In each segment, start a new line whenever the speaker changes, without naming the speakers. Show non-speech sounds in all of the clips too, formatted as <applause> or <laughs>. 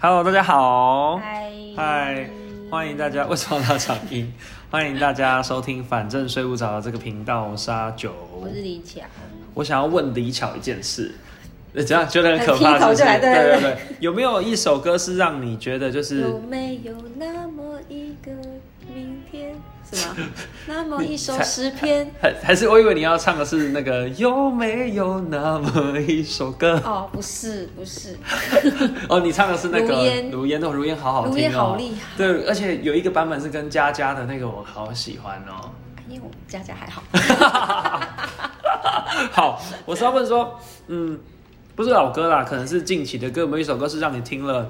Hello，大家好，
嗨
嗨，欢迎大家。为什么要长音？ <laughs> 欢迎大家收听《反正睡不着》的这个频道，我是阿九。
我是李巧，
我想要问李巧一件事，呃怎样觉得很可怕？
劈头
是
就
不
来
是？
对
对
对对
对，有没有一首歌是让你觉得就是
有没有那么一个明天？是吗？
<laughs>
那么一首诗篇？
还还是我以为你要唱的是那个有没有那么一首歌？ <laughs>
哦，不是，不是，啊
哦，你唱的是那个
如烟
如烟，哦，如烟好好听哦，
如烟好厉害
对，而且有一个版本是跟佳佳的那个，我好喜欢哦。
因为我家家还好。
<laughs> 好，我是要问说，嗯，不是老歌啦，可能是近期的歌，有没有一首歌是让你听了，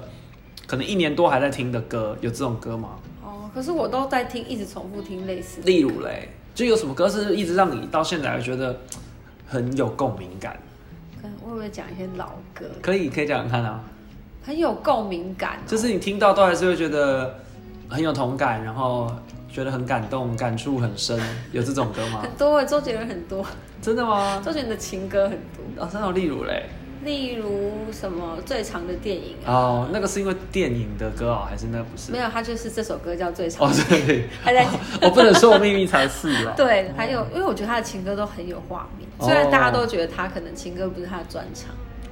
可能一年多还在听的歌？有这种歌吗？
哦，可是我都在听，一直重复听类似的。
例如嘞，就有什么歌是一直让你到现在还觉得很有共鸣感？
可能我以为讲一些老歌，
可以，可以讲讲看啊，
很有共鸣感、哦
就是你听到都还是会觉得很有同感，然后觉得很感动，感触很深，有这种歌吗？
很多哎，周杰伦很多，
<laughs> 真的吗？
周杰伦的情歌很多，
哦，真的有例如嘞，
例如什么最长的电影啊？
哦，那个是因为电影的歌哦，还是那不是？
没有，他就是这首歌叫最长
哦，。对，
还在
<laughs> 我不能说我秘密才是啊。
对，还有，因为我觉得他的情歌都很有画面，
哦
虽然大家都觉得他可能情歌不是他的专长，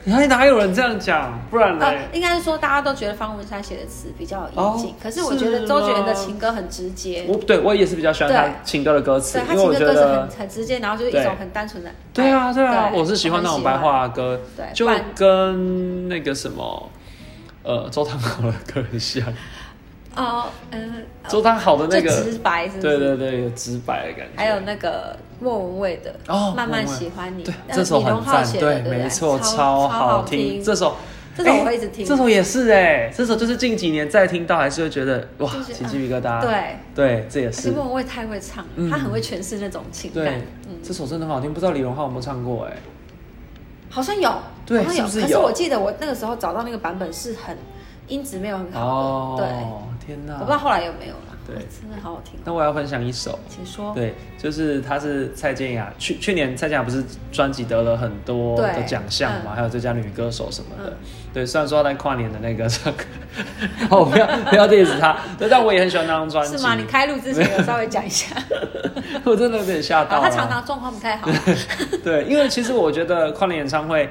哎，哪有人这样讲？不然呢？
呃，应该是说大家都觉得方文山写的词比较有意境，
哦
可是我觉
是
得
吗
周杰伦的情歌很直接，
我对我也是比较喜欢他
对
情歌的歌词
对，他
因为
情
我
歌
觉
歌词很
得，
很直接，然后就是一
对
种很单纯的爱，
对啊，对啊，我是喜欢那种白，
很
话歌，
对
就
不然
跟那个什么，呃，周汤豪的歌很像，
<laughs> 喜欢哦，嗯，
周汤豪的那
就
个，
直白是不是？
对对对，有直白的感觉。
还有那个莫文蔚的
哦
《慢慢
莫文蔚
喜欢你》
对，
呃
这首
李荣
很
浩
赞
写，的
对，
对不对
没错，
超
好
好
听。这首
这首
哎
我会一直听
这首也是哎，这首就是近几年再听到还是会觉得哇
就，是啊
起鸡皮疙瘩。
对，
对，这也
而且
啊是
莫文蔚太会唱了，
嗯
他很会诠释那种情感嗯
对，，这首真的很好听，不知道李荣浩有没有唱过哎。
好像有，
对
好像
是
有。
不是
可是
有
我记得我那个时候找到那个版本是很音质没有很好的，对，
哦，天
我不知
哪！
道后来有没有啦。
对
真的好好听哦，
那我要分享一首，
请说。
对，就是她是蔡健雅，去去年蔡健雅不是专辑得了很多
对
的奖项嘛，
嗯
还有最佳女歌手什么的。
嗯
对，虽然说她在跨年的那个 <laughs> 唱歌，哦，不要不要 diss 她，对，但我也很喜欢那张专辑。
是吗？你开录之前有稍微讲
<laughs>
一下，
我真的有点吓到了。
好，哦他常常状况不太好，
对，因为其实我觉得跨年演唱会，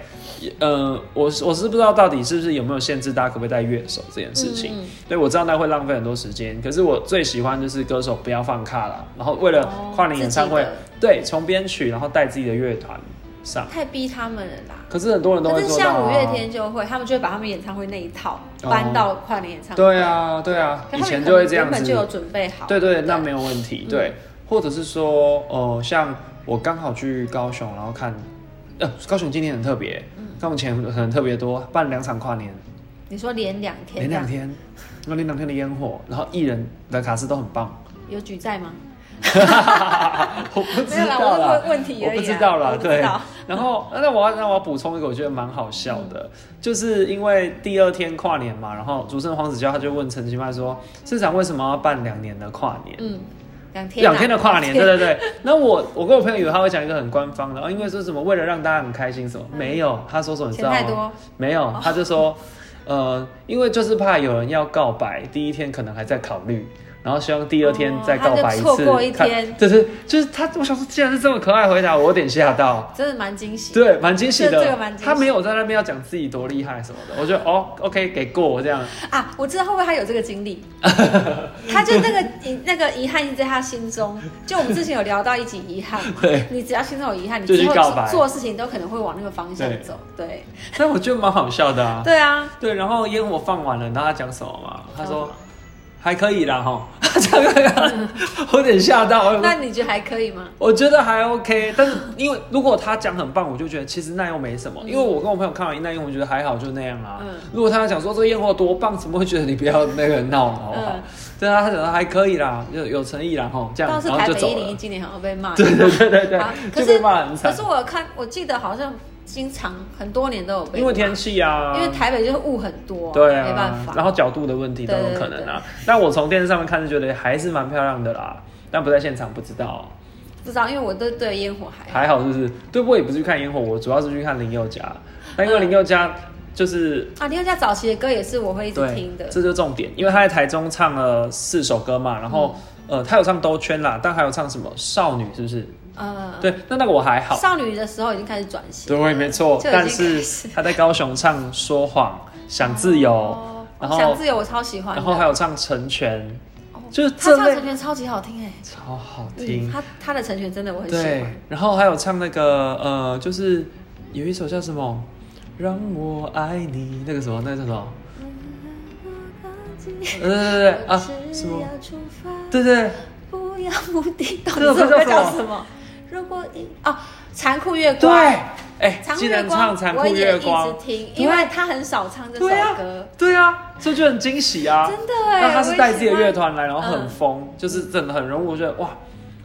呃，我是我是不知道到底是不是有没有限制大家可不可以带乐手这件事情。
嗯嗯
对，我知道那会浪费很多时间，可是我最喜欢就是歌手不要放卡啦，然后为了
哦
跨年演唱会，
自己的
对，从编曲然后带自己的乐团上。
嗯太逼他们了啦。
可是很多人都
可
会
是
做到、啊。
像五月天就会，他们就会把他们演唱会那一套
哦
搬到跨年演唱会。
对啊，对啊，
可
以
他们
前
可
就
能
会这样
原
子。
本就有准备好。
对对，那没有问题。
嗯
对，或者是说，呃，像我刚好去高雄，然后看，呃，高雄今天很特别，
嗯
高雄前很特别多，办两场跨年，
你说连两天，啊
连两，天，那连两天的烟火，然后艺人的卡司都很棒。
有举债吗？
<laughs> 我不知道
没有啦我
啦，
问问题而已啊
我不知道啦，
我不知
对
道。
然后，那我要那我要补充一个，我觉得蛮好笑
嗯
的，就是因为第二天跨年嘛，然后主持人黄子佼他就问陈其迈说，市长为什么要办两年的跨年？
嗯，两天啊，
两天的跨年，对对对。那我我跟我朋友以为他会讲一个很官方的，哦因为说什么为了让大家很开心什么，没有，他说什么你知
嗯钱
道
太
吗？
多，哦
没有，他就
<laughs>
说，呃，因为就是怕有人要告白，第一天可能还在考虑。然后希望第二天再告白一
哦他就
次，
错过一
看
天
就是就是他，我想说，既然是这么可爱的回答，我有点吓到，
真的蛮惊喜的。
对，蛮惊喜的。
这这个蛮惊喜
他没有在那边要讲自己多厉害什么的，我觉得哦，OK，给过这样。
啊，我知道会不会他有这个
<laughs>
经历，他就那个遗那个遗憾一直在他心中。就我们之前有聊到一集遗
<laughs>
憾嘛
对，
你只要心中有遗憾，你
就去
之后
告白
做做事情都可能会往那个方向走。对
但我觉得蛮好笑的啊。
对啊，
对，然后烟火放完了，然后他讲什么嘛？他
然后
说还可以啦， <laughs> 哈，这个我有点吓到。
那
我
你觉得还可以吗？
我觉得还 OK，但是因为如果他讲很棒，我就觉得其实那又没什么，
嗯
因为我跟我朋友看完那烟火，我觉得还好，就那样啊。
嗯
如果他讲说这个烟火多棒，怎么会觉得你不要那个闹了，好不好？
嗯
对啊，他讲的还可以啦，有有诚意啦，哈，这
倒
样
是
然后
台
就
北一
走
零一
了。
今年好像被
<laughs>
骂。
对对对对对
啊，可
就是被骂得很
可
惨
是，我有看我记得好像经常很多年都有被骂，
因为天气啊，
因为台北就是雾很多，
对啊，
没办法。
然后角度的问题都有可能啊。但我从电视上面看是觉得还是蛮漂亮的啦，但不在现场不知道，
不知道，因为我对对烟火还好
还好就是对我也不是去看烟火，我主要是去看林宥嘉。那因为林宥嘉就是
啊，林宥嘉早期的歌也是我会一直
对
听，的，
这就是重点，因为他在台中唱了四首歌嘛，然
嗯
后、呃，他有唱兜圈啦，但还有唱什么少女是不是？
呃，
对，那那个我还好，
少女的时候已经开始转型，
对，没错，
就已经
但
开
是
始
他在高雄唱说谎、想自由，
哦
然后
想自由我超喜欢的，
然后还有唱成全，
哦
就是
他
这
唱
类
成全超级好听哎，
超好听。
嗯，他他的成全真的我很喜
对
欢，，
然后还有唱那个呃，就是有一首叫什么“让我爱你”，那个什么，那个叫什么？
嗯
对对对对啊，什么？？对对
不要目的，懂
这首
这
歌
首
叫
歌
什么
叫什么？如果一哦，残酷月
对
光，，
哎，
残酷
竟
月
然唱《
光
残
我
酷
也
月
一
光
直》，听，
对
因为他很少唱这首
对啊
歌，
对啊，所以就很惊喜啊！
真的哎，
那他
我
是
也
带自己的
喜欢
乐团来，然后很
嗯
疯，就是真的很融入。我觉得哇，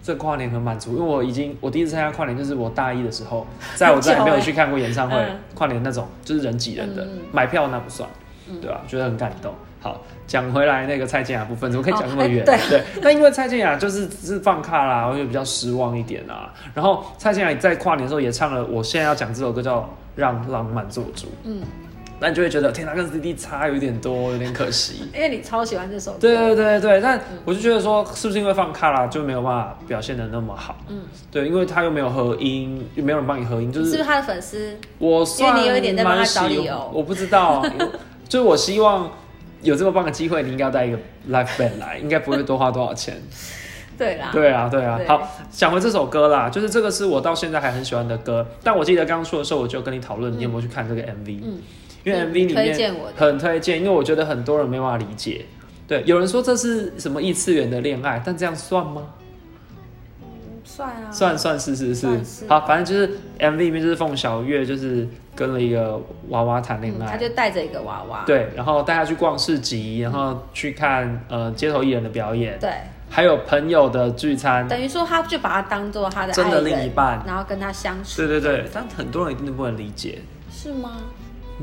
这跨年很满足，因为我已经我第一次参加跨年就是我大一的时
<laughs>
候，在我再也没有去看过演唱会、
嗯
跨年那种，就是人挤人的，
嗯
买票那不算，对吧、觉得很感动。好，讲回来那个蔡健雅部分，怎么可以讲那么
哦
远？
哎
对，那因为蔡健雅就是是放卡啦，我就比较失望一点啊。然后蔡健雅在跨年的时候也唱了，我现在要讲这首歌叫《让浪漫做主》，
嗯，
那你就会觉得天哪，跟 CD 差有点多，有点可惜。
因为你超喜欢这首歌，
对对对对，但我就觉得说，是不是因为放卡拉就没有办法表现的那么好？
嗯，
对，因为他又没有合音，又没有人帮你合音，就是
不
是
是他的粉丝？
我算
因为你有一点在帮他找
蛮喜
理由
我不知道，因为就是我希望有这么棒的机会，你应该要带一个 live band 来，应该不会多花多少
<laughs>
钱。
对啦，
对啊，对啊。
对
好，讲回这首歌啦，就是这个是我到现在还很喜欢的歌，但我记得刚出的时候，我就有跟你讨论你有没有去看这个 MV，
嗯
因为 MV 里面
推荐我的
很推荐，因为我觉得很多人没办法理解。对，有人说这是什么异次元的恋爱，但这样算吗？
算啊，
算算是是是
嗯算是
好，反正就是 MV 里面就是凤小岳就是跟了一个娃娃谈恋
嗯，
爱
他，就带着一个娃娃，
对，然后带他去逛市集，然后去看呃街头艺人的表演，
对，
还有朋友的聚餐，
等于说他就把他当做他的
真的
爱
另一
人，
半。
然后跟他相处，
对对对，但很多人一定不能理解，
是吗？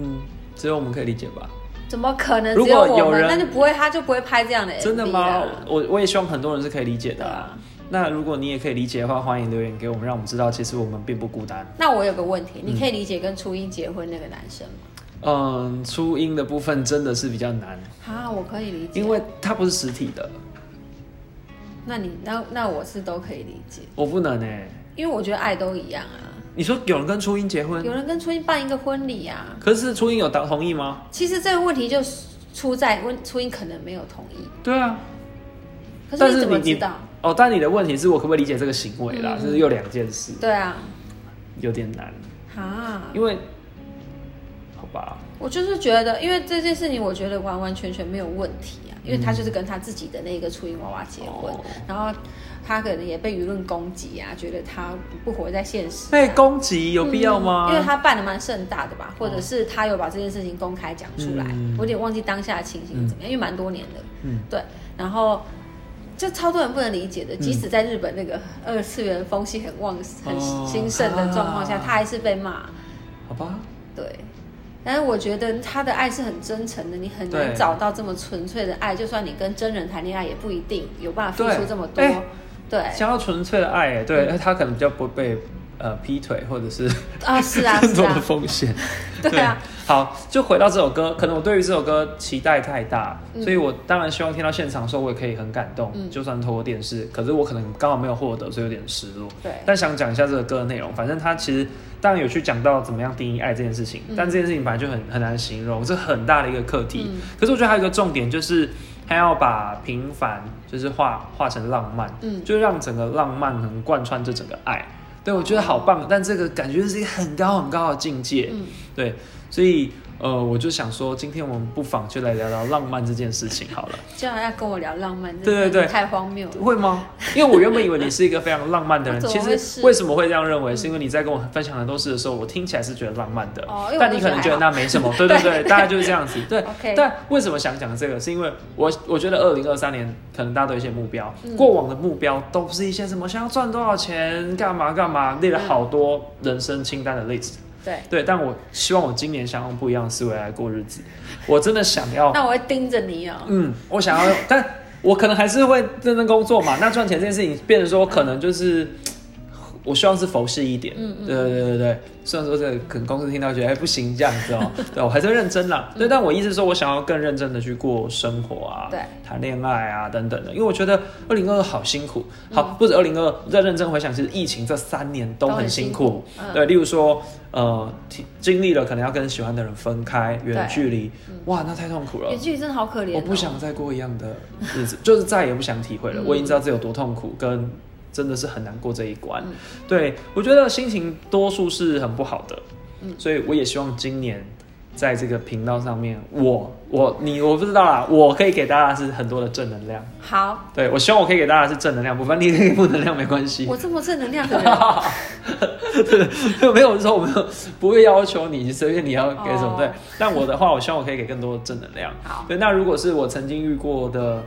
嗯，只有我们可以理解吧？
怎么可能
如
只有
果有
我们？
人
那就不会，他就不会拍这样的啊 MV
真的吗
啦？
我我也希望很多人是可以理解的
对
啦
啊。
那如果你也可以理解的话，欢迎留言给我们，让我们知道其实我们并不孤单。
那我有个问题，你可以理解跟初音结婚那个男生吗？
嗯，初音的部分真的是比较难，
啊，我可以理解，
因为它不是实体的，
那你那那我是都可以理解，
我不能哎、
因为我觉得爱都一样啊。
你说有人跟初音结婚
有，人跟初音办一个婚礼啊，
可是初音有答同意吗？
其实这个问题就出在问初音可能没有同意，
对啊，
可
但是
是你怎么
你
知
你
道？
哦，但你的问题是我可不可以理解这个行为啦？
嗯
这是又两件事，
对啊，
有点难，
啊，
因为好吧，
我就是觉得，因为这件事情，我觉得完完全全没有问题啊，因为他就是跟他自己的那个初音娃娃结婚，
哦
然后他可能也被舆论攻击啊，觉得他不活在现实、啊
被攻击有必要吗？
嗯因为他办的蛮盛大的吧，或者是他有把这件事情公开讲出来，
嗯
我有点忘记当下的情形是怎么样，因为蛮多年的，
嗯
对，然后就超多人不能理解的，即使在日本那个二次元风气很旺、很
哦
兴盛的状况下，
啊
他还是被骂，
好吧，
对。但是我觉得他的爱是很真诚的，你很
对
难找到这么纯粹的爱。就算你跟真人谈恋爱，也不一定有办法付
对
出这么多。
哎
对
想要纯粹的爱耶，对，
嗯
他可能比较不会被呃劈腿或者是 <laughs>
啊，是啊，
更
是
多的
啊，
风险。
<laughs> 对啊，
好，就回到这首歌，可能我对于这首歌期待太大，
嗯
所以我当然希望听到现场的时候，我也可以很感动，
嗯
就算透过电视，可是我可能刚好没有获得，所以有点失落。
对
但想讲一下这个歌的内容，反正它其实当然有去讲到怎么样定义爱这件事情，
嗯
但这件事情本来就很很难形容，这很大的一个课题。
嗯
可是我觉得还有一个重点就是。他要把平凡就是化化成浪漫，
嗯
就让整个浪漫能贯穿这整个爱。对，我觉得好棒，但这个感觉是一个很高很高的境界。
嗯
对，所以呃，我就想说，今天我们不妨就来聊聊浪漫这件事情好了，
竟然要跟我聊浪漫，
对对
真的
对
太荒谬了。
会吗？因为我原本以为你是一个非常浪漫
<laughs>
的人，
我怎
其
么会
实
是嗯
为什么会这样认为？是因为你在跟我分享很多事的时候，我听起来是觉得浪漫的，
哦因为我
但
都
你可能觉
觉
得
得
那没
<laughs>
什么。对对对，大家就是这样子。对
OK
但为什么想讲这个？是因为我我觉得二零二三年可能大家都有一些目标，
嗯
过往的目标都是一些什么想要赚多少钱、干嘛干嘛，列了好多人生清单的 list。
对，
对，但我希望我今年想用不一样的思维来过日子。我真的想要，
那我会盯着你哦。
嗯，我想要，但我可能还是会认真工作嘛。那赚钱这件事情，变成说可能就是。我希望是佛系一点。
嗯嗯
对对对对对。虽然说这个可能公司听到觉得哎不行这样子
<laughs>
哦、对我还是认真啦。对，但我意思是说我想要更认真的去过生活啊，
嗯对，
谈恋爱啊等等的，因为我觉得二零二好辛苦，
嗯
好不止二零二，再认真回想，其实疫情这三年都
都很
很辛
辛
苦。
苦嗯
对，例如说呃经经历了可能要跟喜欢的人分开，远
对嗯
距离，哇那太痛苦了
远。距离真的好可怜、哦。
我不想再过一样的日
<laughs>
子，就是再也不想体会了。
嗯
我已经知道这有多痛苦，跟真的是很难过这一关。
嗯
对我觉得心情多数是很不好的，
嗯
所以我也希望今年在这个频道上面，我我你我不知道啦，我可以给大家是很多的正能量。
好，
对我希望我可以给大家是正能量部分，你可以负能量没关系。 <laughs>
我这么正能量的人，
没有说我没有不会要求你随便你要给什么
哦
对，但我的话，我希望我可以给更多的正能量。
好
对，那如果是我曾经遇过的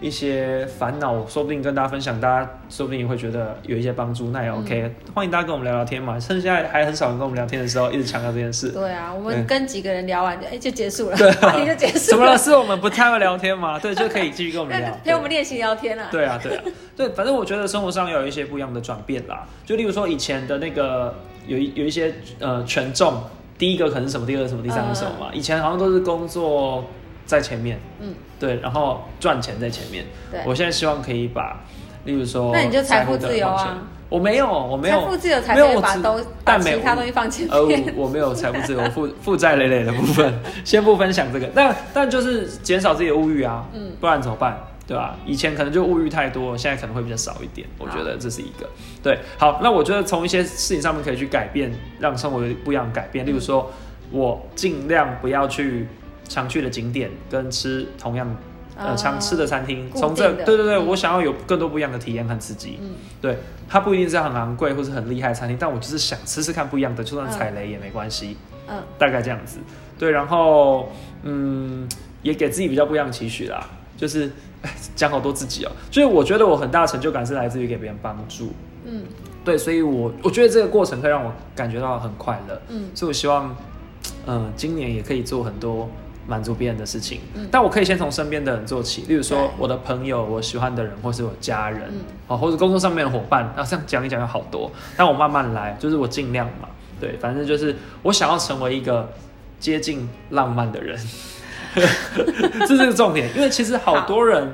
一些烦恼，我说不定跟大家分享，大家说不定也会觉得有一些帮助，那
嗯
也 OK、欢迎大家跟我们聊聊天嘛，趁现在还很少人跟我们聊天的时候，一直强调这件 <laughs> 事。
对啊，我
对
们跟几个人聊完就哎、就结束了
对，啊
话题就结束
怎么了？
了，
是我们不太会聊天吗？对，就可以继续跟我们聊
那。 <laughs> 陪我们练习聊天啊。
对啊，对啊，对，反正我觉得生活上有一些不一样的转变啦。就例如说以前的那个有一有一些呃权重，第一个可能是什么，第二个是什么，第三个是什么嘛。以前好像都是工作在前面，
嗯，
对，然后赚钱在前面。
对
我现在希望可以把，例如说，
那你就财富
的
自由啊
往前。我没有，我没有
财富自由才
没有
可以
我
把
只
东把
但没
其他
我
东西放前
呃，我
面。
我没有财务自由，负负债累累的部分， <laughs> 先不分享这个。但但就是减少自己的物欲啊，
嗯
不然怎么办？对吧、以前可能就物欲太多，现在可能会比较少一点。我觉得这是一个对。好，那我觉得从一些事情上面可以去改变，让生活有不一样的改
嗯
变。例如说，我尽量不要去常去的景点跟吃同样呃
啊
常吃的餐厅，
固
从这
定的
对对对，
嗯
我想要有更多不一样的体验和刺激。
<laughs> 嗯，
对，它不一定是很昂贵或是很厉害的餐厅，但我就是想吃吃看不一样的，就算踩雷也没关系，
嗯，
大概这样子。对，然后嗯，也给自己比较不一样的期许啦，就是哎讲好多自己哦、就是我觉得我很大的成就感是来自于给别人帮助，
嗯
对，所以我我觉得这个过程可以让我感觉到很快乐，
嗯
所以我希望，嗯、今年也可以做很多满足别人的事情，
嗯
但我可以先从身边的人做起，例如说
对
我的朋友、我喜欢的人，或是我家人，
嗯
哦，或者工作上面的伙伴，那、这样讲一讲有好多，但我慢慢来，就是我尽量嘛，对，反正就是我想要成为一个接近浪漫的人， <laughs> 这是个重点，因为其实好多人。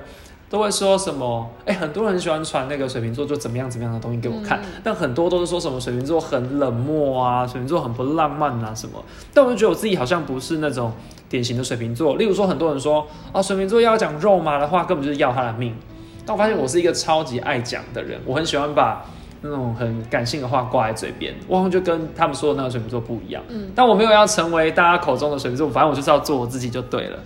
都会说什么？哎、很多人喜欢传那个水瓶座就怎么样怎么样的东西给我看，
嗯
但很多都是说什么水瓶座很冷漠啊，水瓶座很不浪漫啊什么。但我就觉得我自己好像不是那种典型的水瓶座。例如说，很多人说啊，水瓶座要讲肉麻的话，根本就是要他的命。但我发现我是一个超级爱讲的人，我很喜欢把那种很感性的话挂在嘴边，我好像就跟他们说的那个水瓶座不一样。
嗯，
但我没有要成为大家口中的水瓶座，反正我就是要做我自己就对了。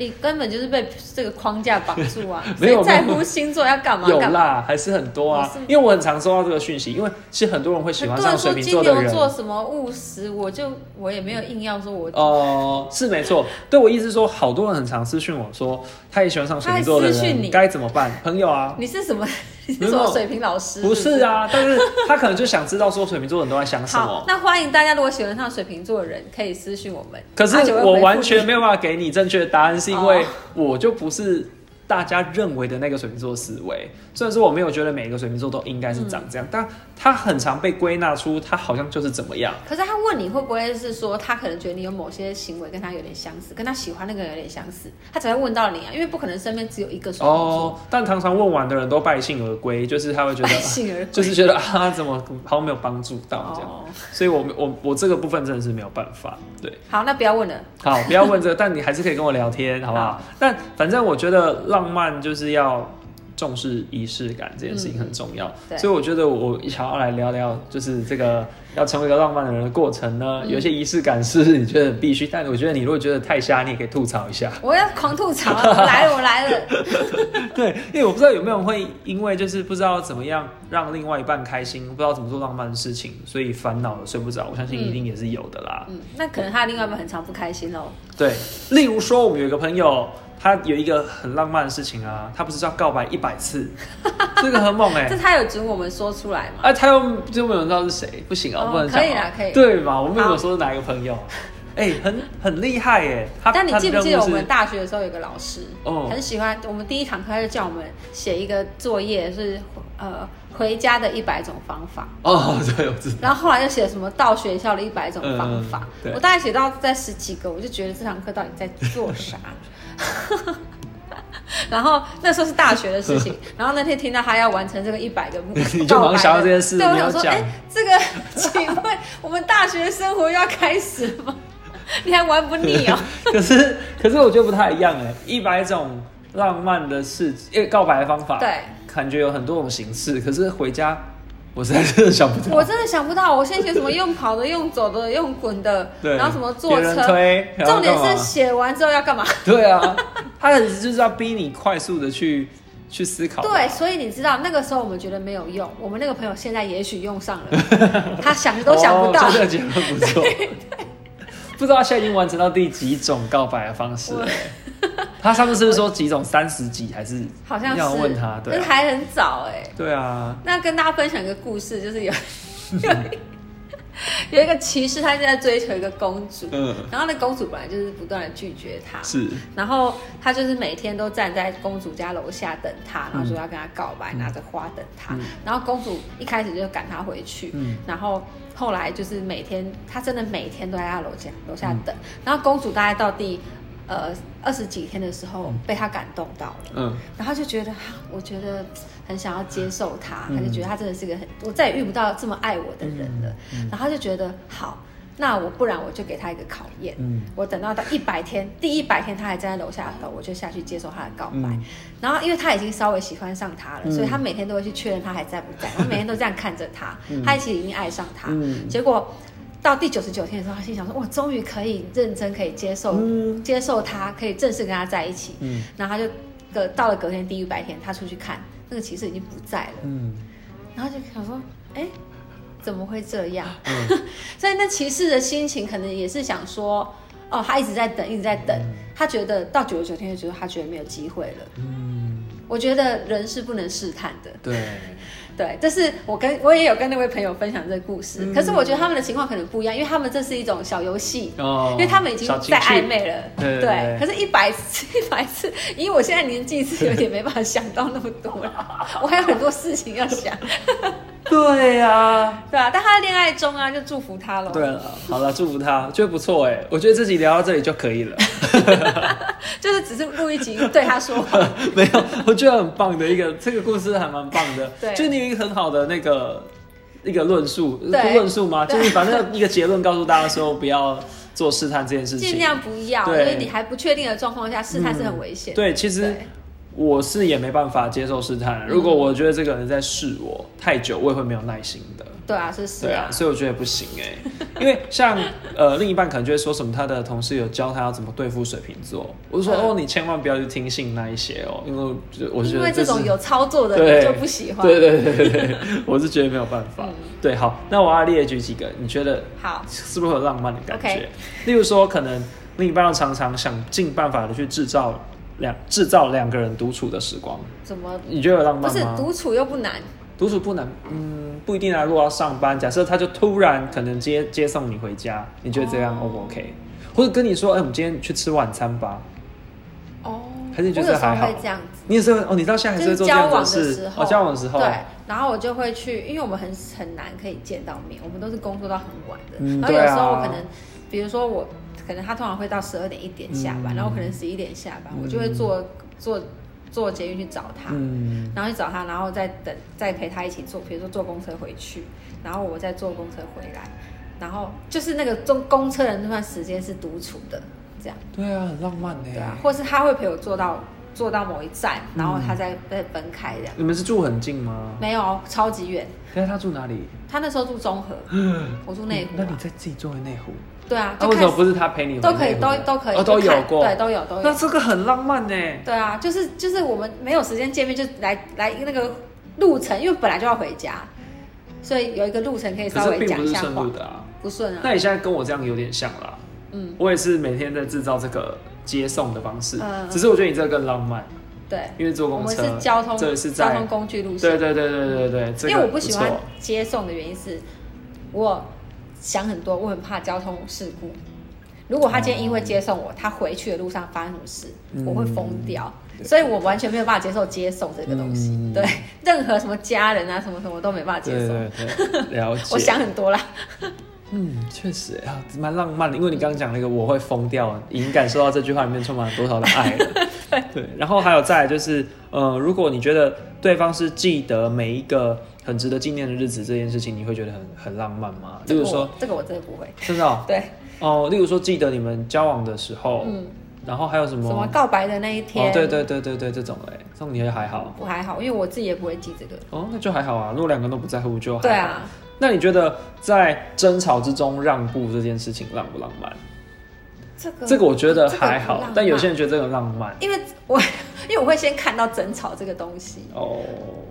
你根本就是被这个框架绑住啊
<laughs> ！没有
谁在乎星座要干嘛
有
干嘛？
啦，还是很多啊
哦是吗，
因为我很常收到这个讯息，因为其实很多人会喜
很
欢
多
上
人
水
说
瓶
金
座的
牛
人。
座什么务实，我就我也没有硬要说我，
哦、是没错。对我意思是说，好多人很常私讯我说，他也喜欢上水瓶座的
他还私讯
人，
你
该怎么办？朋友啊，
你是什么？ <laughs> 你
没
是
有
什么水平老师？
不是啊，但是他可能就想知道说水瓶座人都在想什
好
么，。
那欢迎大家，如果喜欢上水瓶座的人，可以私信我们。啊
可是
阿九会回复
我完全
你
没有办法给你正确的答案，是因为
哦
我就不是大家认为的那个水瓶座思维。虽然说我没有觉得每个水瓶座都应该是长这
嗯
样，但他很常被归纳出他好像就是怎么样。
可是他问你会不会是说，他可能觉得你有某些行为跟他有点相似，跟他喜欢那个人有点相似，他才会问到你啊，因为不可能身边只有一个双鱼 <laughs> 座，
哦，但常常问完的人都败兴而归，就是他会觉
<laughs> 败
得，
兴而归
就是觉得啊，怎么好像没有帮助到这样。
哦，
所以我我我这个部分真的是没有办法，对。
好，那不要问了，
好，不要问这个，但你还是可以跟我聊天，好不好
好？
但反正我觉得浪漫就是要重视仪式感这件事情很重要，
对
所以我觉得我想要来聊聊，就是这个要成为一个浪漫的人的过程呢，
嗯
有一些仪式感是你觉得必须，但我觉得你如果觉得太瞎，你也可以吐槽一下。
我要狂吐槽啊，我来了，我
<laughs>
来了，
对，因为我不知道有没有人会因为就是不知道怎么样让另外一半开心，不知道怎么做浪漫的事情，所以烦恼了睡不着，我相信一定也是有的啦。
嗯，那可能他的另外一半很常不开心哦喽，
对，例如说，我们有一个朋友，他有一个很浪漫的事情啊，他不是要告白一百次，这个很猛哎、
这他有准我们说出来吗？
啊，他又就没有人知道是谁，不行啊，
哦
不能讲、啊
可以啦可以
对嘛？我们没有说是哪一个朋友，哎、很很厉害耶。他
但你记不记得我们？
他
大学的时候有个老师，
哦
很喜欢我们第一堂课他就叫我们写一个作业是呃回家的一百种方法，
的任务是哦，对，我知道。
然后后来又写什么到学校的一百种方法
嗯，对
我大概写到在十几个，我就觉得这堂课到底在做啥。 <laughs> 然后那时候是大学的事情，
<laughs>
然后那天听到他要完成这个一百个目标，
你就忙想到这件事
对，我
你要
想说，
讲
哎，这个请问我们大学生活又要开始吗？ <laughs> 你还玩不腻
<laughs>
哦？
可是可是我觉得不太一样哎，一百种浪漫的事，因为告白的方法，
对，
感觉有很多种形式。可是回家，我实在是想不到。
我真的想不到，我先写什么用跑的、用走的、用滚的，
对，
然后什么坐
别人
车，
推，然后
重点
干
是
嘛
写完之后要干嘛？
对啊，他的就是要逼你快速的去去思考。
对，，所以你知道那个时候我们觉得没有用，我们那个朋友现在也许用上
<laughs>
了，他想都想不到
哦、。这个结论不错。不知道他现在已经完成到第几种告白的方式了他上次是不是说几种三十几还是？
好像是，
要问他，对
但是
啊，
还很早哎、
对啊，
那跟大家分享一个故事，就
<laughs>
是有有一有一个骑士，他就在追求一个公主，
嗯，
然后那公主本来就是不断的拒绝他，
是，
然后他就是每天都站在公主家楼下等他，然后说要跟他告白，拿着花等他。
嗯
然后公主一开始就赶他回去，
嗯
然后后来就是每天，他真的每天都在他楼下楼下等。
嗯
然后公主大概到第呃二十几天的时候，被他感动到了。
嗯，
然后就觉得，哈我觉得很想要接受他，
嗯
他就觉得他真的是个很，我再也遇不到这么爱我的人了。
嗯
然后他就觉得，好，那我不然我就给他一个考验，
嗯
我等到到一百天，第一百天他还站在楼下的时候，我就下去接受他的告白。
嗯
然后因为他已经稍微喜欢上他了，
嗯
所以他每天都会去确认他还在不在，我每天都这样看着他，他其实已经爱上他。
嗯
结果到第九十九天的时候，他心想说：“我终于可以认真可以接受、
嗯
接受他，可以正式跟他在一起。”
嗯
然后他就隔到了隔天第一百天，他出去看那个骑士已经不在了，
嗯
然后就想说，哎，怎么会这样？
嗯
<laughs> 所以那骑士的心情可能也是想说，哦，他一直在等，一直在等，他觉得到九十九天就觉得他觉得没有机会了。
嗯，
我觉得人是不能试探的，
对，
对，这是我跟我也有跟那位朋友分享这个故事，
嗯
可是我觉得他们的情况可能不一样，因为他们这是一种小游戏，
哦，
因为他们已经
小情
在
趣
暧，昧了，
对对对
可是，一百次， <laughs> 一百次，以我现在年纪是有点没办法想到那么多
<laughs>
了，我还有很多事情要想，
对呀、
对啊，但他在恋爱中啊，就祝福他喽。
对，了，好了，祝福他，觉得不错哎，我觉得自己聊到这里就可以了，
就是只是录一集对他说
<laughs>
话，
<laughs> 没有，我觉得很棒的一个，这个故事还蛮棒的，
对
就你有一个很好的那个一个论述，不
对
论述吗？
对
就是反正一个结论告诉大家说不要做试探这件事情，
尽量不要，因
对
为你还不确定的状况下，试探是很危险。
对，其实
对
我是也没办法接受试探，啊如果我觉得这个人在试我太久，我也会没有耐心的。
对啊，是是
对啊，，所以我觉得不行哎、 <laughs> 因为像呃另一半可能就会说什么，他的同事有教他要怎么对付水瓶座，我就说、
嗯
哦，你千万不要去听信那一些哦，因为我就我觉
因为
得
这
是
种有操作的
对
人就不喜欢。嗯
对对对对
<laughs>
对，我是觉得没有办法。对，好，那我要列举几个，你觉得
好，
是不是会有浪漫的感觉
OK
例如说，可能另一半要常常想尽办法的去制造两制造两个人独处的时光，
怎么
你觉得有浪
不
漫
是
吗？
独处又不难？
独处不难，嗯，不一定啊。如果要上班，假设他就突然可能接接送你回家，你觉得这样 O 不 OK？或者跟你说，哎、我们今天去吃晚餐吧。
哦，
还是你觉得
我有时候
还好
会这样子。
你也是会哦，你到现在还是
就
会做
是
这
交
样
往
的
的时
事
候，
哦，交往的时候，
对，然后我就会去，因为我们很很难可以见到面，我们都是工作到很晚的，
嗯
然后有时候
对啊
我可能，比如说我可能他通常会到十二点一点下班，
嗯
然后我可能十一点下班，
嗯
我就会坐坐坐捷运去找他。
嗯，
然后去找他，然后再等，再陪他一起坐，比如说坐公车回去，然后我再坐公车回来，然后就是那个中公车的那段时间是独处的，这样。
对啊，很浪漫呢。
对啊，或是他会陪我坐到坐到某一站，然
嗯
后他再再分开这样。
你们是住很近吗？
没有，超级远。
可是他住哪里？
他那时候住
<gasps>
中和，我住内湖、
嗯那你
啊。
在自己坐回内湖？
对啊，
那
就
为什
看
么不是他陪你回
都可以，
内湖
都都可以，
哦，都
就
有
看
过，
对，都有都
那
有。
这个很浪漫呢。
对啊，就是就是我们没有时间见面，就来来那个路程，因为本来就要回家，所以有一个路程可以
可
稍
是
微
并
讲
不
一
是
下
顺
话
路。的啊。
不顺啊，
那你现在跟我这样有点像啦。
嗯，
我也是每天在制造这个接送的方式，
嗯
只是我觉得你这个更浪漫，
对，
因为坐
我
公
们
车，
是交通
这是
交
在
通工具路线
对。对对对对对，这个
因为我不喜欢
错
接送的原因是，我想很多，我很怕交通事故。如果他今天因为接送我，他回去的路上发生什么事，
嗯
我会疯掉。
对
所以我完全没有办法接受接送这个东西，
嗯
对任何什么家人啊，什么什么都没办法接
对
受。
对对，了解。
我想很多啦，
嗯，确实啊，蛮浪漫的。因为你刚刚讲那个我会疯掉，已经感受到这句话里面充满了多少的爱了。
<laughs>
对，然后还有再来就是，呃，如果你觉得对方是记得每一个很值得纪念的日子这件事情，你会觉得很很浪漫吗？例
这个
如
我
说，
这个我真的不会。
真的哦，
对，
哦例如说记得你们交往的时候，
嗯，
然后还哦有什么？
什么告白的那一天，
哦，对对对对对，这种哎，这种你也还好。
我还好，因为我自己也不会记这个。
哦，那就还好啊。如果两个都不在乎，就还好
对。啊，
那你觉得在争吵之中让步这件事情浪不浪漫？
这个
这个我觉得还
这个不
好
浪，漫
但有些人觉得这个浪漫
因为我 <laughs> 因为我会先看到争吵这个东西，
哦，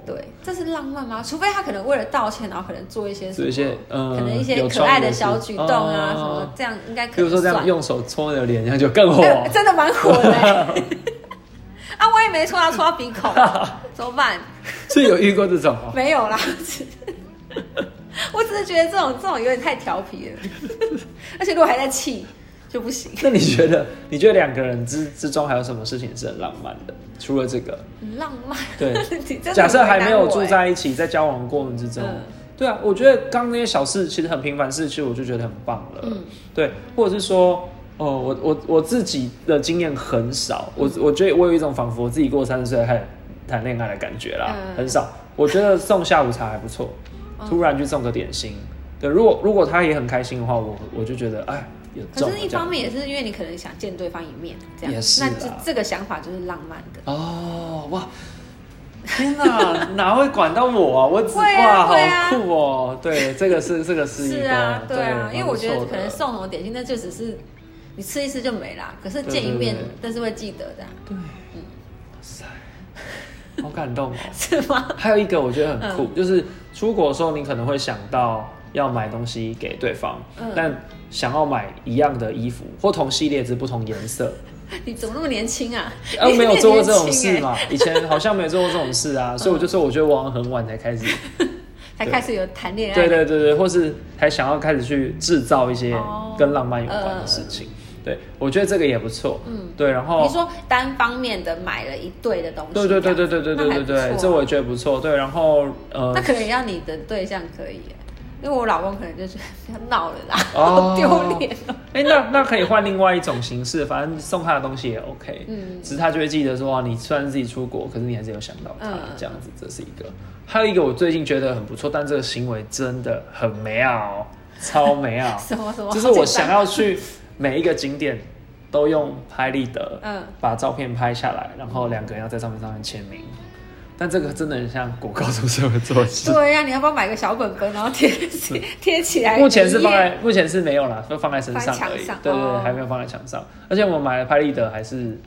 对，这是浪漫吗？除非他可能为了道歉，然后可能做一些什
有
么，
一些嗯，
可能一些
有
可爱的
冲
小
有
举动啊，
嗯
什么这样应该可
比如
能
说这样
算
用手搓你的脸，这样就更
<laughs>
火。
哎真的蛮火
<laughs>
的、<laughs> 欸。啊，我也没戳到戳到鼻孔，啊
<laughs>
怎么办？
所以有遇过这种哦，
没有啦， <laughs> 只我只是觉得这种这种有点太调皮了， <laughs> 而且如果还在气就不行。
那你觉得你觉得两个人之之中还有什么事情是很浪漫的？除了这个，
很浪漫，
<laughs> 对
<laughs> 你真的
假设
很为
还
难
没有
我
住
欸
在一起，在交往过程之中。
嗯
对啊，我觉得刚刚那些小事其实很平凡事，其实我就觉得很棒了。
嗯
对，或者是说，哦、我我我自己的经验很少，我我觉得我有一种仿佛自己过三十岁还谈恋爱的感觉啦，
嗯
很少。我觉得送下午茶还不错，
嗯
突然去送个点心，对，如果如果他也很开心的话，我我就觉得哎，有中
可
了
是，一
这样
方面也是因为你可能想见对方一面，这样
也是
那
啦
这这个想法就是浪漫的。
哦，哇，天
<laughs>
哪，哪会管到我啊？我只、
会啊会
哇，
啊
好酷哦！对，这个是这个是一
是
个
啊，对啊，
蛮
因为我觉
不错
得可能
的
送什么点心，那就只是你吃一次就没啦。可是见一面
对对对，
但是会记得的啊，
对，哇塞， <laughs> 好感动哦。
<laughs> 是吗？
还有一个我觉得很酷，
嗯
就是出国的时候，你可能会想到要买东西给对方，
嗯
但想要买一样的衣服或同系列只不同颜
<laughs>
色，
你怎么那么年轻啊？
啊，
<laughs> 你
没有
你
做过
很
这种
年轻
事
欸？
嘛？以前好像没有做过这种事啊，所以我就说，我觉得我好像很晚才开始
才开始有谈恋爱，
对对对对，或是还想要开始去制造一些
哦
跟浪漫有关的事情。对，我觉得这个也不错。
嗯
对，然后
你说单方面的买了一对的东西，
哦对对对对对对对对
这样
对，
子
这我也觉得不错。对，然后呃
啊那还不错啊那，可能要你的对象可以欸，因为我老公可能就觉得不 <laughs> 要闹了啦，
哦
好 <laughs> 丢脸哦。
哎，那那可以换另外一种形式，反正送他的东西也 OK。
嗯
只是他就会记得说，哇哦你虽然自己出国，可是你还是有想到他
嗯
这样子，这是一个。还有一个我最近觉得很不错，但这个行为真的很美好，超美啊哦好。
<laughs> 什么什么，
就是我想要去每一个景点都用拍立得，
嗯
把照片拍下来，然后两个人要在照片上面签名。但这个真的很像国高中生会做的事。
对呀、你要不要买个小本本，然后
<laughs>
贴贴起来？
目前是放
一页
在目前是没有啦，就放在身上而
放在
已
墙上。
对对对，
哦
还没有放在墙上。而且我买的拍立得还是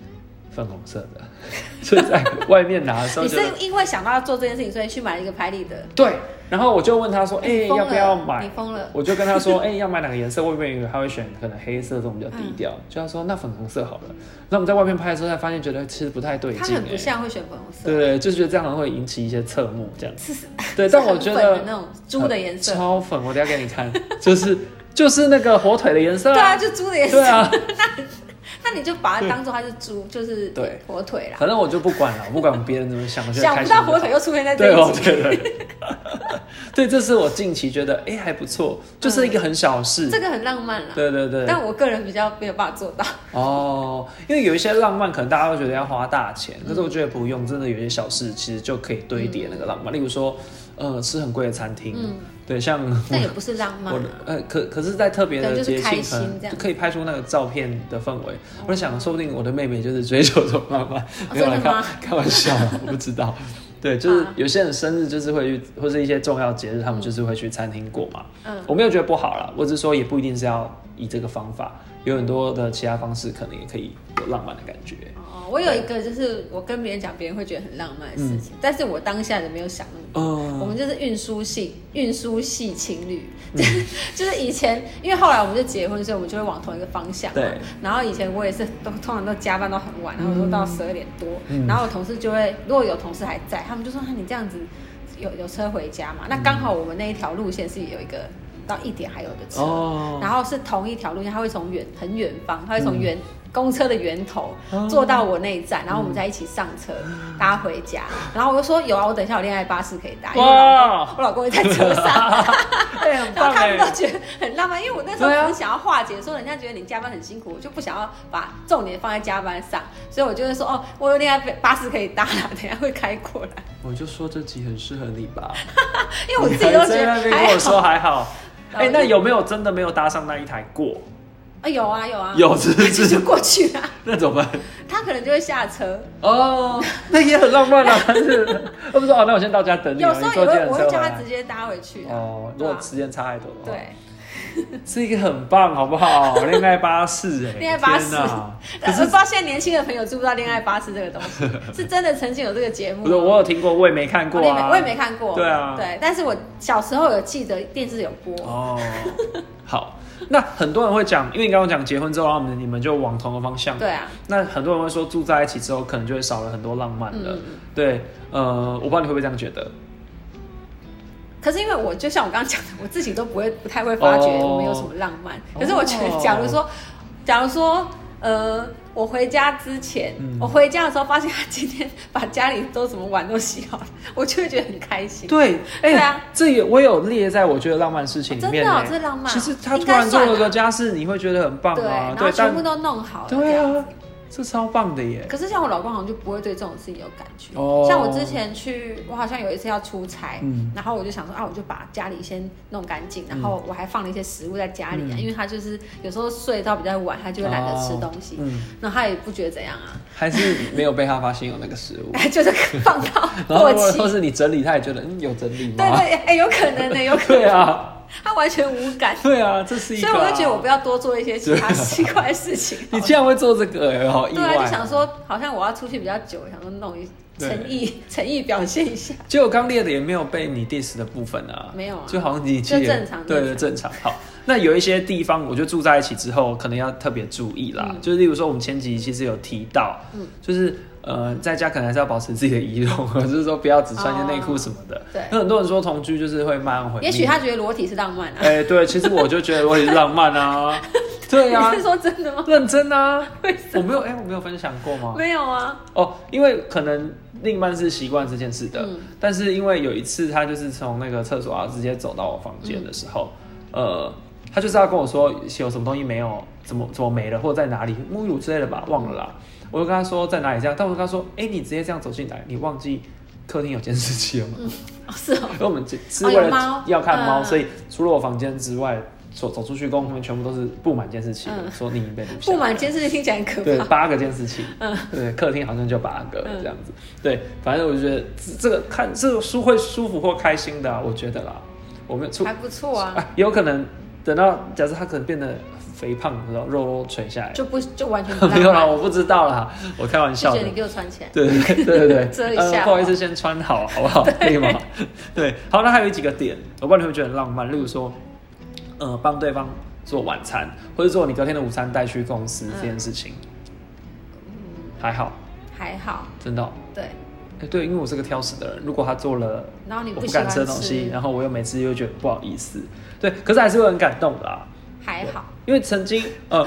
粉红色的， <laughs> 所以在外面拿的时候
你
觉
是
得
因为想到要做这件事情，所以去买了一个拍立得。
对。然后我就问他说：“哎、
你疯
要
了
不要买？”
你疯了。
我就跟他说，哎、要买哪个颜色？我原以为他会选可能黑色这种比较低调，
嗯
就他说那粉红色好了。那我们在外面拍的时候才发现，觉得其实不太对
他
劲、
很不
哎，
像会选粉红色，
对对，就觉得这样好像会引起一些侧目这样子。
是
对，
是
但
很
我觉
粉的
得呃
那种猪的颜色，
超粉，我等一下给你看，就是就是那个火腿的颜色、
对啊，就猪的颜
对
色。
啊，
<laughs> 那你就把它当做它是猪，就是
对
火腿啦。
反正我就不管了，我不管别人怎么想，我就
想
开
不
心就
到
好。
火腿又出现在
对
这
哦
一，集，
对对， <laughs> 对，这是我近期觉得哎、还不错，就是一个很小的事。
这个很浪漫啦。
对对对，
但我个人比较没有办法做
<laughs>
到。
哦，因为有一些浪漫，可能大家会觉得要花大钱，
嗯
可是我觉得不用，真的有些小事其实就可以堆叠那个浪漫。例如说，呃，吃很贵的餐厅，
嗯
对，像
那
我
也不是浪漫
我
啊，
呃，可可是，在特别的
对就是
节
开
庆，可
心
能
这样
就可以拍出那个照片的氛围。我在想，说不定我的妹妹就是追求这种浪漫，没有
哦真的
来开
吗
开玩笑啊，我不知
<laughs>
道。对，就是
啊
有些人生日就是会去，或是一些重要节日，他们就是会去餐厅过嘛。
嗯
我没有觉得不好啦，我只是说也不一定是要以这个方法，有很多的其他方式可能也可以有浪漫的感觉。
哦，我有一个就是我跟别人讲，别人会觉得很浪漫的事情，但是我当下就没有想那么多。我
嗯，
们就是运输系运输系情侣， <laughs> 就是就是以前，因为后来我们就结婚，所以我们就会往同一个方向嘛
对。
然后以前我也是都通常都加班到很晚，然后都到十二点多，
嗯
然后我同事就会，如果有同事还
嗯
在，他们就说：“那、你这样子有有车回家嘛？”那刚好我们那一条路线是有一个到一点还有的车，
哦，
然后是同一条路线，他会从远很远方，他会从
嗯
远、公车的源头
哦嗯
坐到我那一站，然后我们再一起上车、搭回家。然后我就说有啊，我等一下有恋爱巴士可以搭，因为我老公
哇
我老公会在车
<laughs>
上，
对，很
然后
棒
他们都
哎，
觉得很浪漫，因为我那时候只是想要化解，说人家觉得你加班很辛苦，我就不想要把重点放在加班上，所以我就会说哦，我有恋爱巴士可以搭啦，等一下会开过来，
我就说这集很适合你吧，
<laughs> 因为我自己都觉
你还在那
得
边跟
还
我
好。
说还好。
然后
哎、那有没有真的没有搭上那一台过？
啊有啊有啊，
有是不哎是
就过去了，
那怎么办？
他可能就会下车。
哦，那也很浪漫啊！ <laughs> 但是，我不说哦，那我先到家等你啊，
有时
你
候
坐
也
计
会，
程
我
车
会叫
回
他
来
直接搭回去啊。
哦，如
对
果哦
啊
时间差太多的话，
对，
是一个很棒，好不好？恋爱巴士、哎，
<laughs> 恋爱巴士
天哪
但是不知道现在年轻的朋友知不知道恋爱巴士这个东西，是真的曾经有这个节目
不是，。我有听过，我也没看过
我也哦没
啊，
我也没看过。
对啊
对，但是我小时候有记得电视有播。
哦，好，那很多人会讲，因为你刚刚讲结婚之后，然后你们你们就往同个方向。
对啊，
那很多人会说住在一起之后，可能就会少了很多浪漫了。
嗯。
对，呃，我不知道你会不会这样觉得。
可是因为我就像我刚刚讲的，我自己都不会不太会发觉
哦
我们有什么浪漫。
哦
可是我觉得，假如说，假如说，呃，我回家之前，
嗯
我回家的时候发现他今天把家里都什么碗都洗好了， <laughs> 我就会觉得很开心。
对，哎、
对啊
这也我有列在我觉得浪漫事情里面、
真的哦
哎
这是浪漫
其实他
应
突
该
然做
算
了
啊
个家事，你会觉得很棒
对，
啊。
然后
对，
全
但
部都弄好了。这
对
样
啊，这超棒的耶。
可是像我老公好像就不会对这种事情有感觉。
哦
像我之前去，我好像有一次要出差，
嗯
然后我就想说啊，我就把家里先弄干净，然后我还放了一些食物在家里啊，
嗯
因为他就是有时候睡到比较晚，他就会懒得吃东西，
哦嗯，
那、他也不觉得怎样啊，
还是没有被他发现有那个食
<laughs>
物。
就是放到
嗯然后
过
如果
期。
说是你整理，他也觉得嗯有整理吗？
对对，哎、有可能呢、有可
<laughs>
能，
对啊，
他完全无感，
对啊，这是一个
所
啊、
以我就觉得我不要多做一些其他
对啊
奇怪的事情。
<laughs> 你竟然会做这个、哎好意
对
外、
啊，就想，说好像我要出去比较久，想说弄一
对
诚意诚意表现一下。
结果刚列的也没有被你 diss 的部分啊，
没有啊
就好像你
就
其实
正常
对对
正
正常。好，那有一些地方，我觉得住在一起之后，可能要特别注意啦。就是例如说，我们前几集其实有提到，
嗯
就是呃，在家可能还是要保持自己的仪容， <laughs> 就是说不要只穿件内裤什么的。
对
那很多人说同居就是会慢慢回，
也许他。觉得裸体是浪漫啊。
哎、对，其实我就觉得我也是浪漫
<laughs>
啊，对啊
你是，说真的吗？
认真啊
<laughs> 为，
我没有哎、我没有分享过吗？
没有啊，
哦，因为可能另一半是习惯这件事的，
嗯
但是因为有一次他就是从那个厕所啊直接走到我房间的时候，
嗯
呃，他就是要跟我说有什么东西没有，怎么怎么没了，或者在哪里，沐浴乳之类的吧，忘了啦。我就跟他说在哪里这样，但我就跟他说，哎、你直接这样走进来，你忘记客厅有监视器了吗？
哦是哦，
<laughs> 因为我们只是
哦
为
有
了
猫
要看猫，
嗯
所以除了我房间之外，走走出去公共全部都是布满监视器的，
嗯
说你被录下来
不满监视器听起来很可
对，
怕。
八个监视器，对，客厅好像就八个
嗯
这样子，对，反正我就觉得这这个看这个舒会舒服或开心的啊、我觉得啦，我们出
<laughs> 还不
<laughs>
错啊，
啊，有可能等到假设他可能变得肥胖，然后肉肉垂下来，
就不就完全不
<laughs> 没有
浪
啦，
漫，
我不知道啦，我开玩
就
笑
觉
的
得你。给我穿起来。
对对对对
遮
对，
一下
呃，不好意思，先穿好，好不好？可以吗？对，好，那还有几个点，我不知道你会觉得很浪漫，例如说，呃，帮对方做晚餐，或者做你隔天的午餐带去公司
嗯
这件事情，还好，
还好，
真的哦、
对，
哎对，因为我是个挑食的人，如果他做了
然后你
我
不
不
喜
敢
欢
吃的东西，
吃，
然后我又每次又觉得不好意思，对，可是还是会很感动的啊啦。
还好，，
因为曾经呃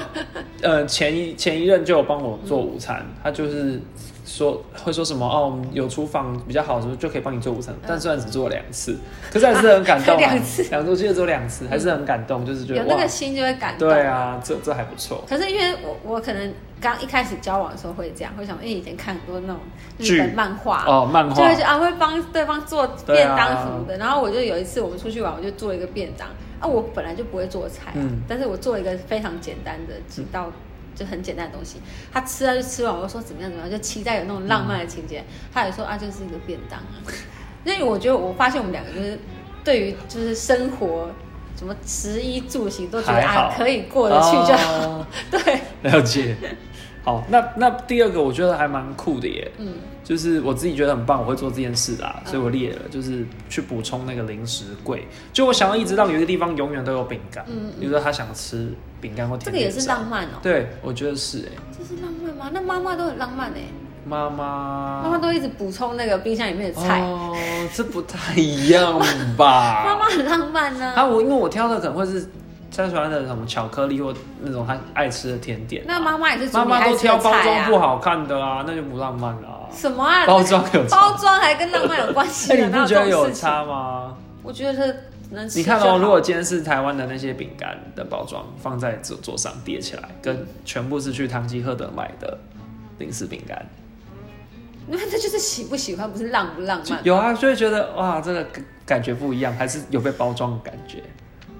呃前一前一任就有帮我做午餐，他就是说会说什么哦，我们有厨房比较好，就就可以帮你做午餐。但虽然只做了两次，可是还是很感动、啊
嗯 <laughs> 两次
两次，我记得只有两次，还是很感动，就是觉
有
得
那
哇
个，心就会感动。
对啊，这这还不错。
可是因为我我可能刚一开始交往的时候会这样，会想，因为以前看很多那种
剧
日本漫画，
哦，漫
就
画
会觉得啊会帮对方做
对
便
啊
当什么的。然后我就有一次我们出去玩，我就做了一个便当啊，我本来就不会做菜、啊，
嗯
但是我做了一个非常简单的几道。就很简单的东西，他吃他就吃完，我就说怎么样怎么样，就期待有那种浪漫的情节。
嗯
他也说啊，就是一个便当啊。 <laughs> 因为我觉得我发现我们两个就是对于就是生活什么食衣住行都觉得
还好
啊可以过得去就好。
哦
<laughs> 对，
了解。好，那那第二个我觉得还蛮酷的耶，
嗯，
就是我自己觉得很棒，我会做这件事的、啊，所以我列了，就是去补充那个零食柜。就我想要一直让有一个地方永远都有饼干，
嗯嗯
比如说他想吃饼干或
这
甜
个
点
也
酱
是浪漫哦、
对，我觉得是哎、
这是浪漫吗？那妈妈都很浪漫哎、
妈妈
妈妈都一直补充那个冰箱里面的菜，
哦，这不太一样吧？
<laughs> 妈妈很浪漫呢、
啊，我因为我挑的可能会是他喜欢的什么巧克力或那种他爱吃的甜点。啊
那妈妈也是煮
妈
你
妈
爱
都
吃的
挑包
菜
装不
啊。
好看的啊，那就不浪漫了、啊。
什么啊？
包装有差，
包装还跟浪漫有关
<laughs>
系、
哎、
啊？
你不觉
哪
得
这种
有
事情？
差吗？
我觉得能吃
你看
就好
哦，如果今天是台湾的那些饼干的包装放在桌桌上叠起来，跟全部是去唐吉诃德买的零食饼干，
<laughs> 嗯那这就是喜不喜欢，不是浪不浪
就
漫，
有啊，就会觉得哇，这个感感觉不一样，还是有被包装的感觉。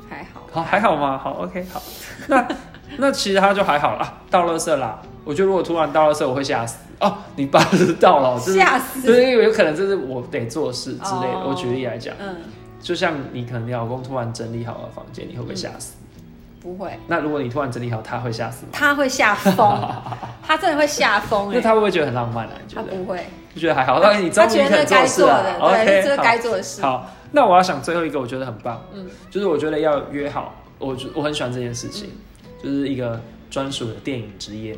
还好。
好，还好吗？好，OK，好。那 <laughs> 那其他就还好啦，倒垃圾啦。我觉得如果突然倒垃圾，我会吓死。哦，你爸知道了，这是
吓死嗯
对，因为有可能这是我得做的事之类的。
哦
我举例来讲，
嗯，
就像你可能你老公突然整理好了房间，你会不会吓死？
不会，
那如果你突然整理好，他会吓死吗？
他会
<laughs>
吓疯，他真的会吓疯
那
哎。
他会不会觉得很浪漫啊？你觉
他
得？
不会，
就觉得还好，但是你终
他
于
觉得
可
那
以
该
事
做的
了。，
对，这是
OK，
该做的事。
好，那我要想最后一个，我觉得很棒，
嗯
就是我觉得要约好，我觉我很喜欢这件事情，
嗯
就是一个专属的电影之夜。
哦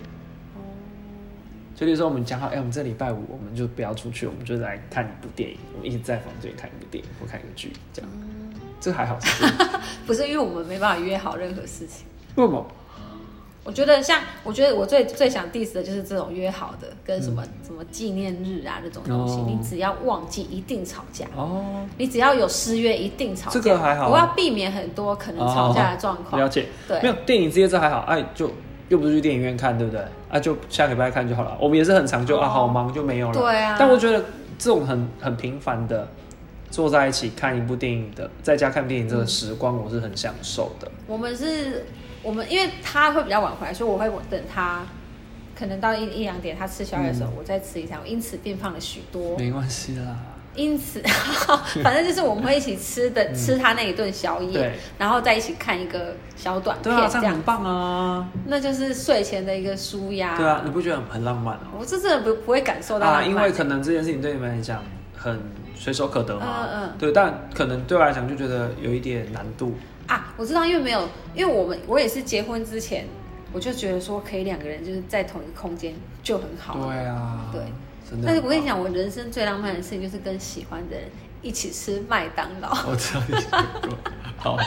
就例如说，我们讲好，哎、我们这礼拜五我们就不要出去，我们就来看一部电影，我们一起在房间里看一部电影或看一个剧，这样。
嗯
这还好，是不 <laughs> 是
不是因为我们没办法约好任何事情。
为什么？
我觉得像，我觉得我最最想 diss 的就是这种约好的，跟什么、什么纪念日啊这种东西，
嗯哦
你只要忘记一定吵架，
哦，
你只要有失约一定吵架。
这个还好啊
我要避免很多可能吵架的状况。
了解。没
对，
有电影之夜这还好，哎、就又不是去电影院看，对不对？啊，就下礼拜看就好了。我们也是很长就、啊，
哦
好忙就没有了。
对啊
但我觉得这种很很频繁的坐在一起看一部电影的，在家看电影这个时光，我是很享受的。
我们是，我们因为他会比较晚回来，所以我会等他，可能到一一两点他吃宵夜的时候，
嗯
我再吃一餐，我因此变胖了许多。
没关系啦，
因此， <laughs> 反正就是我们会一起吃的，吃他那一顿宵夜
嗯对，
然后再一起看一个小短
对
片，
啊，
这
这
样
样很棒啊，
那就是睡前的一个舒压。
对啊，你不觉得很很浪漫哦、
我这真的不不会感受到
啊，
浪
因
漫
为可能这件事情对你们来讲很随手可得嘛，
嗯嗯
对，但可能对我来讲就觉得有一点难度，
啊，我知道，因为没有，因为我们我也是结婚之前，我就觉得说可以两个人就是在同一个空间就很好。
对啊，
对，
真的。
但是我跟你，讲，我人生最浪漫的事情就是跟喜欢的人一起吃麦当劳，
我知道你说过，好，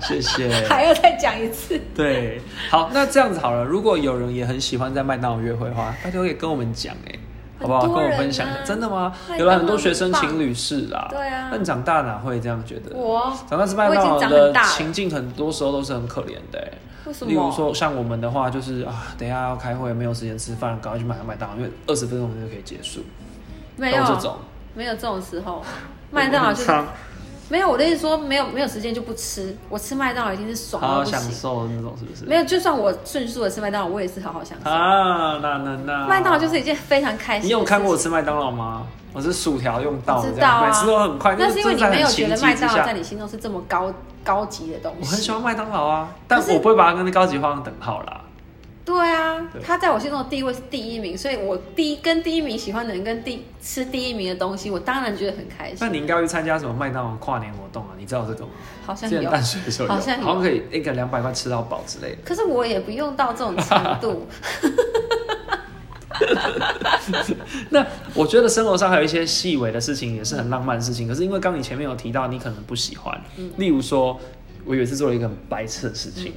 谢谢。
<laughs> 还要再讲一次。
对，好，那这样子好了。如果有人也很喜欢在麦当劳约会的话，大家可以跟我们讲哎、好不好？
很
跟
多人
我
啊
分享一下，真的吗？
麦当劳
有了很多学生情侣是啦。
对啊
那你长大哪会这样觉得？
我
长大吃麦当劳
我已经长很
的
大了
情境，很多时候都是很可怜的、欸。
为什么？
例如说，像我们的话，就是啊，等一下要开会，没有时间吃饭，赶快去买个麦当劳，因为二十分钟就可以结束。
没
都
有啊
这种，
没有这种时候，麦当劳就是
很
没有。我的意思说，没有没有时间就不吃，我吃麦当劳已经是爽
好
到
好
不
享
行。
受的那种，是不是？
没有，就算我迅速的吃麦当劳，我也是好好享受。
啊，那那那
麦当劳就是一件非常开心的事情。
你有看过我吃麦当劳吗？我是薯条用到的，
我
这
知道
样
啊
每次都很快。
那是因为你没有觉得麦当劳在
里。
你心中是这么高高级的东西。
我很喜欢麦当劳啊，但
可是
我不会把它跟高级画上等号啦。
对啊
对，
他在我心中的地位是第一名，所以我第一跟第一名喜欢的人跟第吃第一名的东西，我当然觉得很开
那
心。
你应该去参加什么麦当劳跨年活动啊？你知道这个吗？
好像
之前
有，
淡水的时候有，
好像有
可以一个两百块吃到饱之类的。
可是我也不用到这种程
<laughs>
度。
那我觉得生活上还有一些细微的事情也是很浪漫的事情，可是因为刚你前面有提到，你可能不喜欢，
嗯
例如说，我有一次做了一个很白痴的事情，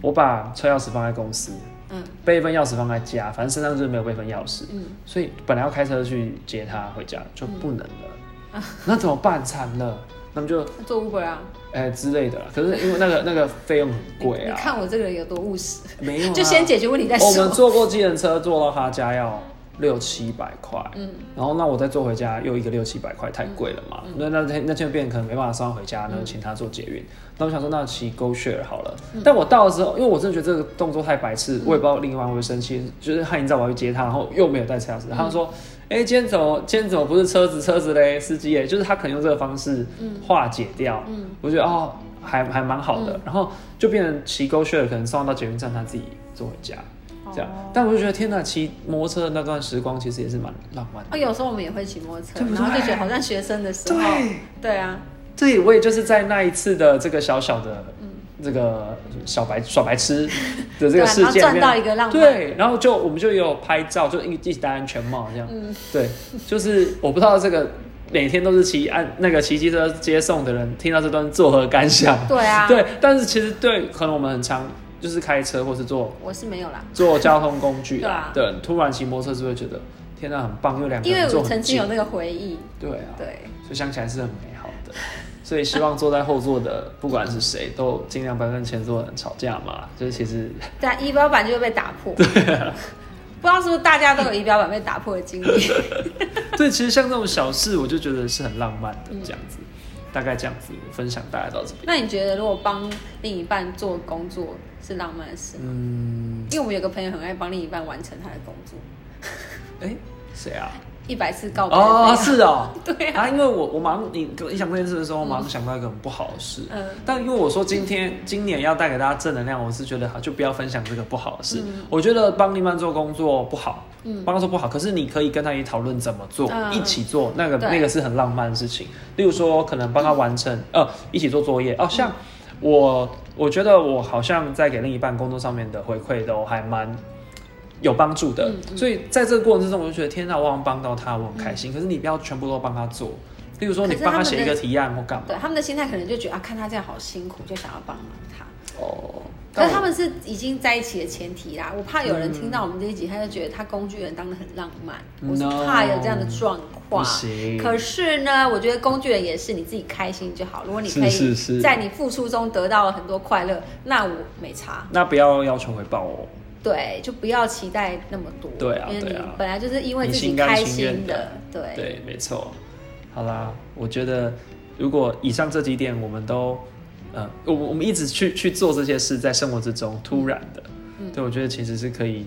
我把车钥匙放在公司，
嗯
备份钥匙放在家，反正身上就是没有备份钥匙，
嗯
所以本来要开车去接他回家就不能了，
嗯
<laughs> 那怎么办？惨了，那么就
那做 Uber 啊，
哎、之类的啦，可是因为那个那个费用很贵
<laughs> 你
啊，
看我这个人有多务实，
没有、啊，
就先解决问题再
我们
说。
坐过计程车坐到他家要六七百块，
嗯
然后那我再坐回家又一个六七百块，太贵了嘛。
嗯
那那天那天变可能没办法送他回家，那就请他做捷运。那我想说，那骑 GoShare 好了。
嗯
但我到了之后，因为我真的觉得这个动作太白痴，我也不知道另外我会生气，就是汉营在我要去接他，然后又没有带车钥匙，
嗯
他就说。哎、今天怎么今天怎么不是车子车子嘞？司机耶，就是他可能用这个方式化解掉。
嗯
我觉得哦，还还蛮好的。然后就变成骑 GoShare 可能送到捷运站，他自己坐回家。这样。
哦
但我就觉得天呐，骑摩托车的那段时光其实也是蛮浪漫的。
哦，有时候我们也会骑摩托车
对，不对
然后就觉得好像学生的时候，
对
对啊，
对，我也就是在那一次的这个小小的这个小白耍白痴
<laughs>
的这
嗯对
个
啊，
事
然后
件里
赚到
面，
一个浪漫，
对，然后就我们就也有拍照，就一一起戴安全帽这样，
嗯，
对，就是我不知道这个每天都是骑按那个骑机车接送的人听到这段作何感想？
对啊，
对，但是其实对，可能我们很常就是开车或是坐
我是没有啦，
坐交通工具啊，
对
对，突然骑摩托车是会觉得天呐，很棒，因为两个
因为
人坐
我
很
曾
近
经有，那个回忆，
对啊，
对，
所以想起来是很美好的。所以希望坐在后座的，不管是谁，都尽量不要跟前座的人吵架嘛。就是其实 <laughs>
但仪表板就会被打破，对、
啊
不知道是不是大家都有仪表板被打破的经历， <laughs>
对，其实像这种小事，我就觉得是很浪漫的这样子。大概这样子分享，大家到这边。
那你觉得如果帮另一半做工作是浪漫的事吗？
嗯，
因为我们有个朋友很爱帮另一半完成他的工作，
哎、谁啊？
一百次告白的朋友
哦，是哦。
<laughs> 对啊，
啊，因为我我马上你你想这件事的时候，我马上想到一个很不好的事。
嗯
但因为我说今天今年要带给大家正能量，我是觉得好就不要分享这个不好的事。我觉得帮另一半做工作不好，
嗯
帮他做不好，可是你可以跟他一起讨论怎么做，
嗯
一起做那个
对
那个是很浪漫的事情。例如说，可能帮他完成、呃一起做作业哦，
嗯
像我我觉得我好像在给另一半工作上面的回馈都还蛮。有帮助的，
嗯嗯
所以在这个过程之中，我就觉得天哪，我好像帮到他，我很开心。可是你不要全部都帮他做，例如说你
可是
帮他
他们
写一个
的
提案或干嘛。
对，他们的心态可能就觉得啊，看他这样好辛苦，就想要帮忙他。
哦，
可
但
是他们是已经在一起的前提啦，我怕有人听到我们这一集，他就觉得他工具人当的很浪漫，我是
No
怕有这样的状
嗯不
况。
行，
可是呢，我觉得工具人也是你自己开心就好。如果你可
是是
以
是
在你付出中得到了很多快乐，那我没差。
那不要要求回报哦。
对，就不要期待那么多。
对啊
因为
对
你
啊
本来就是因为自己
你心甘
开
情
心
愿
的
的。
对，
对，没错。好啦，我觉得如果以上这几点我们都，呃，我我们一直去去做这些事，在生活之中突然的，
嗯
对我觉得其实是可以，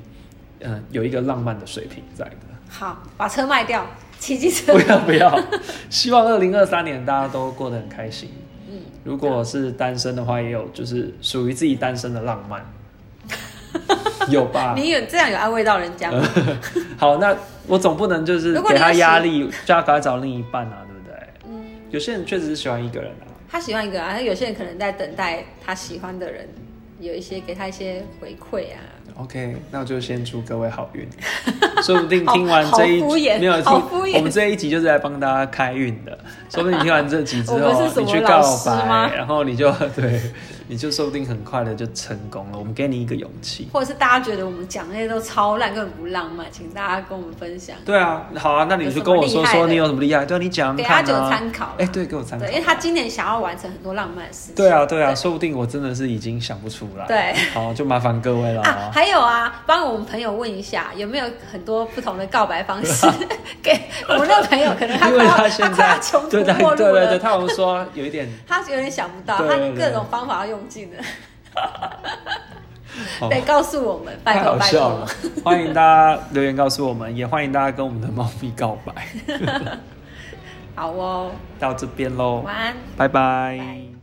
嗯、有一个浪漫的水平在的。
好，把车卖掉，骑 <laughs> 机车
不。要不要，希望二零二三年大家都过得很开心。
嗯，
如果是单身的话，也有就是属于自己单身的浪
<laughs>
漫，有吧？
你有这样有安慰到人家吗？
<laughs> 好，那我总不能就是
如果你
给他
要
压
喜
力，叫他赶快找另一半啊，对不对？
嗯，
有些人确实是喜欢一个人啊，
他喜欢一个啊，那有些人可能在等待他喜欢的人有一些给他一些回馈啊。
OK，那我就先祝各位好运， <laughs> 说不定
好
听完
好
这一
敷
集
衍
没有听
好敷衍
我们这一集就是来帮大家开运的，说不定你听完这集之
我们是
后，
什
你
么
去
老
告
师吗
白，然后你就对，你就说不定很快的就成功了。我们给你一个勇气。
或者是大家觉得我们讲那些都超烂，根本不浪漫，请大家跟我们分享，
对啊，好啊，那你就跟我
有什么
说
厉害的
说你有什么厉害，对啊，你讲
给
讲
阿
看
九
啊。
参考啦。
哎、对，给我参考
对，。因为他今年想要完成很多浪漫的事情。
对啊，对啊，说不定我真的是已经想不出来。
对，
好，就麻烦各位了
啊，
啊。
还有啊，帮我们朋友问一下，有没有很多不同的告白方式？ <laughs> 给我那个朋友，可能他
因
快
为
要
他现
快
在
要穷途
对对
末
对
路
对对，
了，
他好像说有一点
他有点想不到，
对
他
对对
各种方法要用尽了。
好
对，告诉我们，拜
哦太
托
好
拜
笑
托
了。！ <laughs> 欢迎大家留言告诉我们，也欢迎大家跟我们的猫咪告白。
好哦，
到这边喽，
晚安。
拜拜
拜